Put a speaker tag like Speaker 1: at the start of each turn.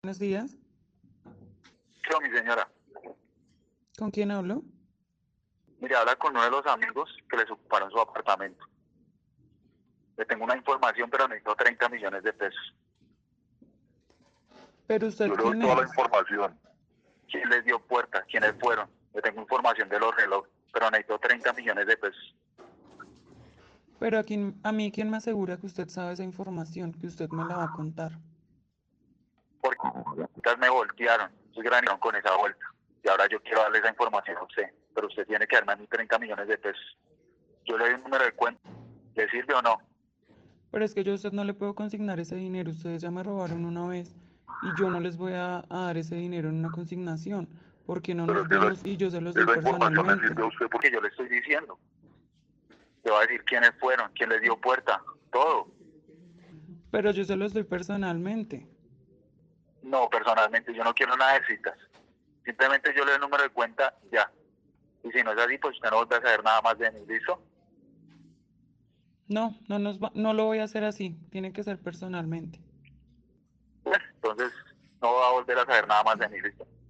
Speaker 1: Buenos días.
Speaker 2: Yo, mi señora,
Speaker 1: ¿Con quién hablo?
Speaker 2: mire, habla con uno de los amigos que les ocuparon su apartamento. Le tengo una información, pero necesito 30 millones de pesos.
Speaker 1: Pero usted
Speaker 2: Yo le doy
Speaker 1: quién
Speaker 2: toda la
Speaker 1: es.
Speaker 2: información. ¿Quién les dio puerta? ¿Quiénes fueron? Le tengo información de los relojes, pero necesito 30 millones de pesos.
Speaker 1: Pero a, quién- a mí, ¿quién me asegura que usted sabe esa información? Que usted me la va a contar.
Speaker 2: Porque ustedes me voltearon, se granearon con esa vuelta. Y ahora yo quiero darle esa información a usted, pero usted tiene que darme mis 30 millones de pesos. Yo le doy un número de cuenta. ¿Le sirve o no?
Speaker 1: Pero es que yo a usted no le puedo consignar ese dinero. Ustedes ya me robaron una vez y yo no les voy a, a dar ese dinero en una consignación. Porque no
Speaker 2: Pero
Speaker 1: nos
Speaker 2: yo le-
Speaker 1: vimos y yo se los di
Speaker 2: Esa información le
Speaker 1: personalmente.
Speaker 2: sirve a usted porque yo le estoy diciendo. Le va a decir quiénes fueron, quién les dio puerta, todo.
Speaker 1: Pero yo se los doy personalmente.
Speaker 2: No, personalmente yo no quiero nada de citas. Simplemente yo le doy el número de cuenta y ya. Y si no es así, pues usted no vuelve a saber nada más de mí, ¿listo?
Speaker 1: No, no, nos va- no lo voy a hacer así. Tiene que ser personalmente.
Speaker 2: Entonces no va a volver a saber nada más de mí, ¿listo?